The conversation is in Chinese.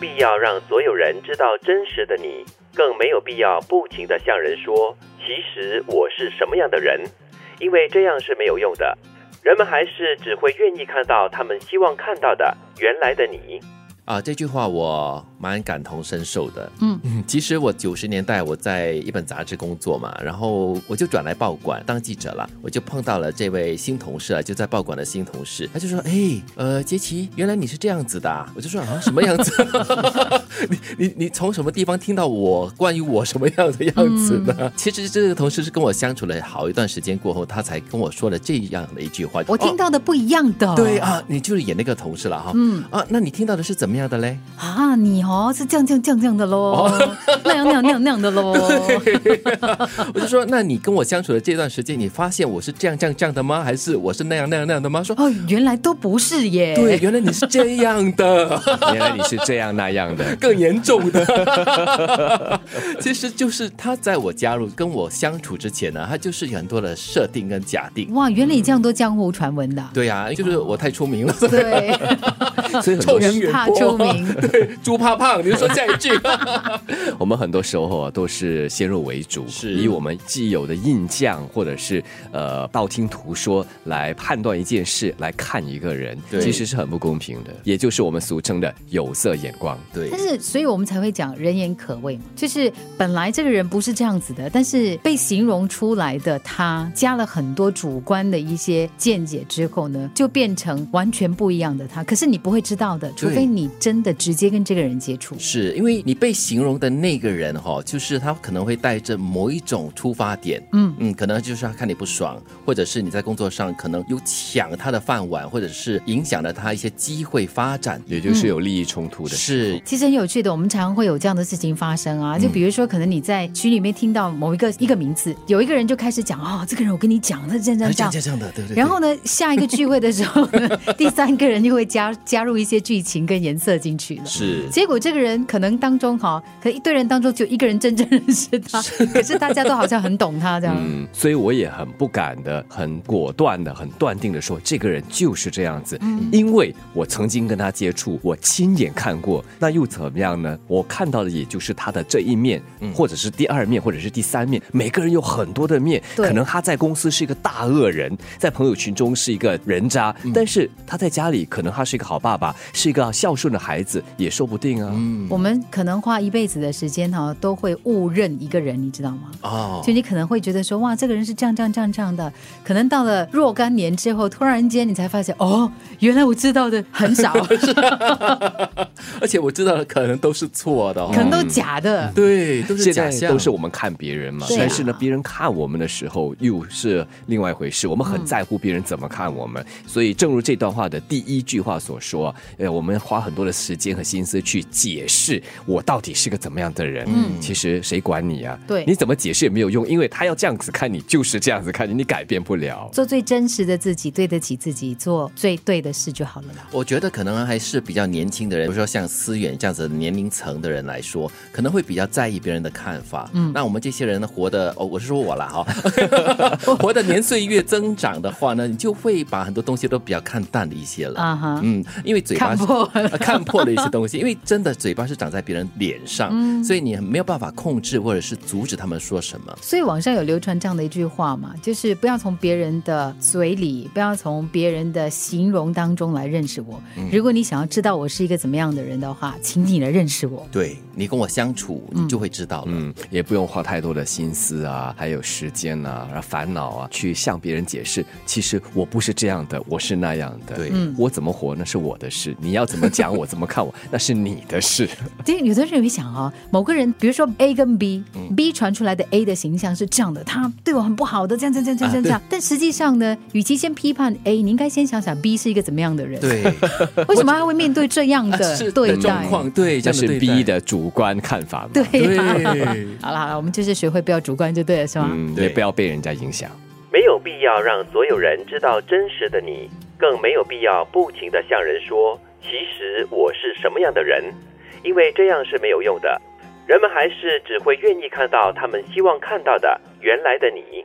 必要让所有人知道真实的你，更没有必要不停的向人说其实我是什么样的人，因为这样是没有用的。人们还是只会愿意看到他们希望看到的原来的你。啊，这句话我蛮感同身受的。嗯其实我九十年代我在一本杂志工作嘛，然后我就转来报馆当记者了，我就碰到了这位新同事啊，就在报馆的新同事，他就说：“哎，呃，杰奇，原来你是这样子的、啊。”我就说：“啊，什么样子？ 你你你从什么地方听到我关于我什么样的样子呢？”嗯其实这个同事是跟我相处了好一段时间过后，他才跟我说了这样的一句话。我听哦到的不一样的。对啊，你就是演那个同事了哈。嗯啊，那你听到的是怎么样的嘞？啊，你哦是这样这样这样这样的喽， 那样那样那样那样的喽。我就说，那你跟我相处的这段时间，你发现我是这样这样这样的吗？还是我是那样那样那样的吗？说。哦，原来都不是耶。对，，原来你是这样的，。原来你是这样那样的更严重的，其实就是他在我加入跟我相处之前呢，他就是有很多的设定跟假定。哇，原来你这样都江湖传闻的啊。对呀、就是我太出名了，对，所以 很臭多名时人远怕播出名。 对，猪怕胖，你就说下一句。我们很多时候啊都是先入为主，是以我们既有的印象或者是呃道听途说来判断一件事，来看一个人，对其实是很不公平的，也就是我们俗称的有色眼光。对但是，所以我们才会讲人言可畏嘛，就是本来这个人不是这样子的，但是被形容出来的他加了很多主观的一些见解之后呢，就变成完全不一样的他。可是你不会知道的，除非你真的直接跟这个人接触。是因为你被形容的那个人哈、就是他可能会带着某一种出发点，嗯嗯，可能就是他看你不爽，或者是你在工作上可能有抢他的饭碗，或者是影响了他一些机会发展。也就是有利益冲突的。是，其实很有趣的，我们常常会有这样的事情发生嗯啊。就比如说，可能你在群里面听到某一个一个名字，有一个人就开始讲哦，这个人我跟你讲，他这样这样这样，哎这样这样的， 对对。对然后呢，下一个聚会的时候 呢，第三个人就会加加入一些剧情跟颜色进去了。是结果这个人可能当中哈，可能一堆人当中就一个人真正认识他，可是大家都好像很懂他这样。嗯，所以我也很不敢的、很果断的、很断定的说，这个人就是这样子，因为我曾经跟他接触，我亲眼看过，那又怎么样呢？我看到的也就是他的这一面，或者是第二面，或者是第三面。每个人有很多的面，对可能他在公司是一个大恶人，在朋友群中是一个人渣，但是他在家里可能他是一个好爸爸，是一个孝顺的孩子，也说不定啊。嗯我们可能花一辈子的时间哈，都会误认一个人，你知道吗？哦就，你可能会觉得说，哇，这个人是这样这样这样这样的，可能到了若干年之后，突然间你才发现，哦，原来我知道的很 少，哦可 而且我知道的可能都是错的、哦，能都假的。对，都是现假在象，都是我们看别人嘛，对啊但是呢，别人看我们的时候又是另外一回事。我们很在乎别人怎么看我们，所以正如这段话的第一句话所说，呃，我们花很多的时间和心思去解释我到底是个怎么样的人。嗯，其实谁管你啊？对你怎么解释也没有用，因为他要这样子看你，就是这样子看你，你改变不了。做最真实的自己，对得起自己，做最对的事就好了啦。我觉得可能还是比较年轻的人，比如说像思远这样子的年龄层的人来说，可能会比较在意别人的看法。嗯，那我们这些人呢，活的哦，我是说我啦哈， 活的年岁越增长的话呢，你就会把很多东西都比较看淡了一些了。啊哈，嗯，因为嘴巴看是破了 呃看破了一些东西，因为真的嘴巴是长在别人脸上，嗯所以你没有办法控制或者是阻止他们说什么。所以网上有流传这样的一句话嘛，就是不要从别人的嘴里，不要从别人的形容当中来认识我。嗯如果你想要知道我是一个怎么样的人的话，请你来认识我。对你跟我相处，你就会知道了。嗯，也不用花太多的心思啊，还有时间啊，然后烦恼啊，去向别人解释，其实我不是这样的，我是那样的。对我怎么活那是我的事，你要怎么讲我，怎么看我，那是你 的事。对，有的人会想哦，某个人，比如说 A 跟嗯 B，B、传出来的 A 的形象是这样的，他对我很不好的，这样这样这样这样哎这样。但实际上呢，与其先批判 A，你应该先想想 B 是一个怎么样的人，对， 为什么他会面对这样啊 的是对的状待？况，对，这这样的对是 B 待。的主观看法嘛。对呀、 对。好了好了，我们就是学会不要主观就对了，是吗？嗯，对也不要被人家影响。没有必要让所有人知道真实的你，更没有必要不停的向人说其实我是什么样的人，因为这样是没有用的。人们还是只会愿意看到他们希望看到的原来的你。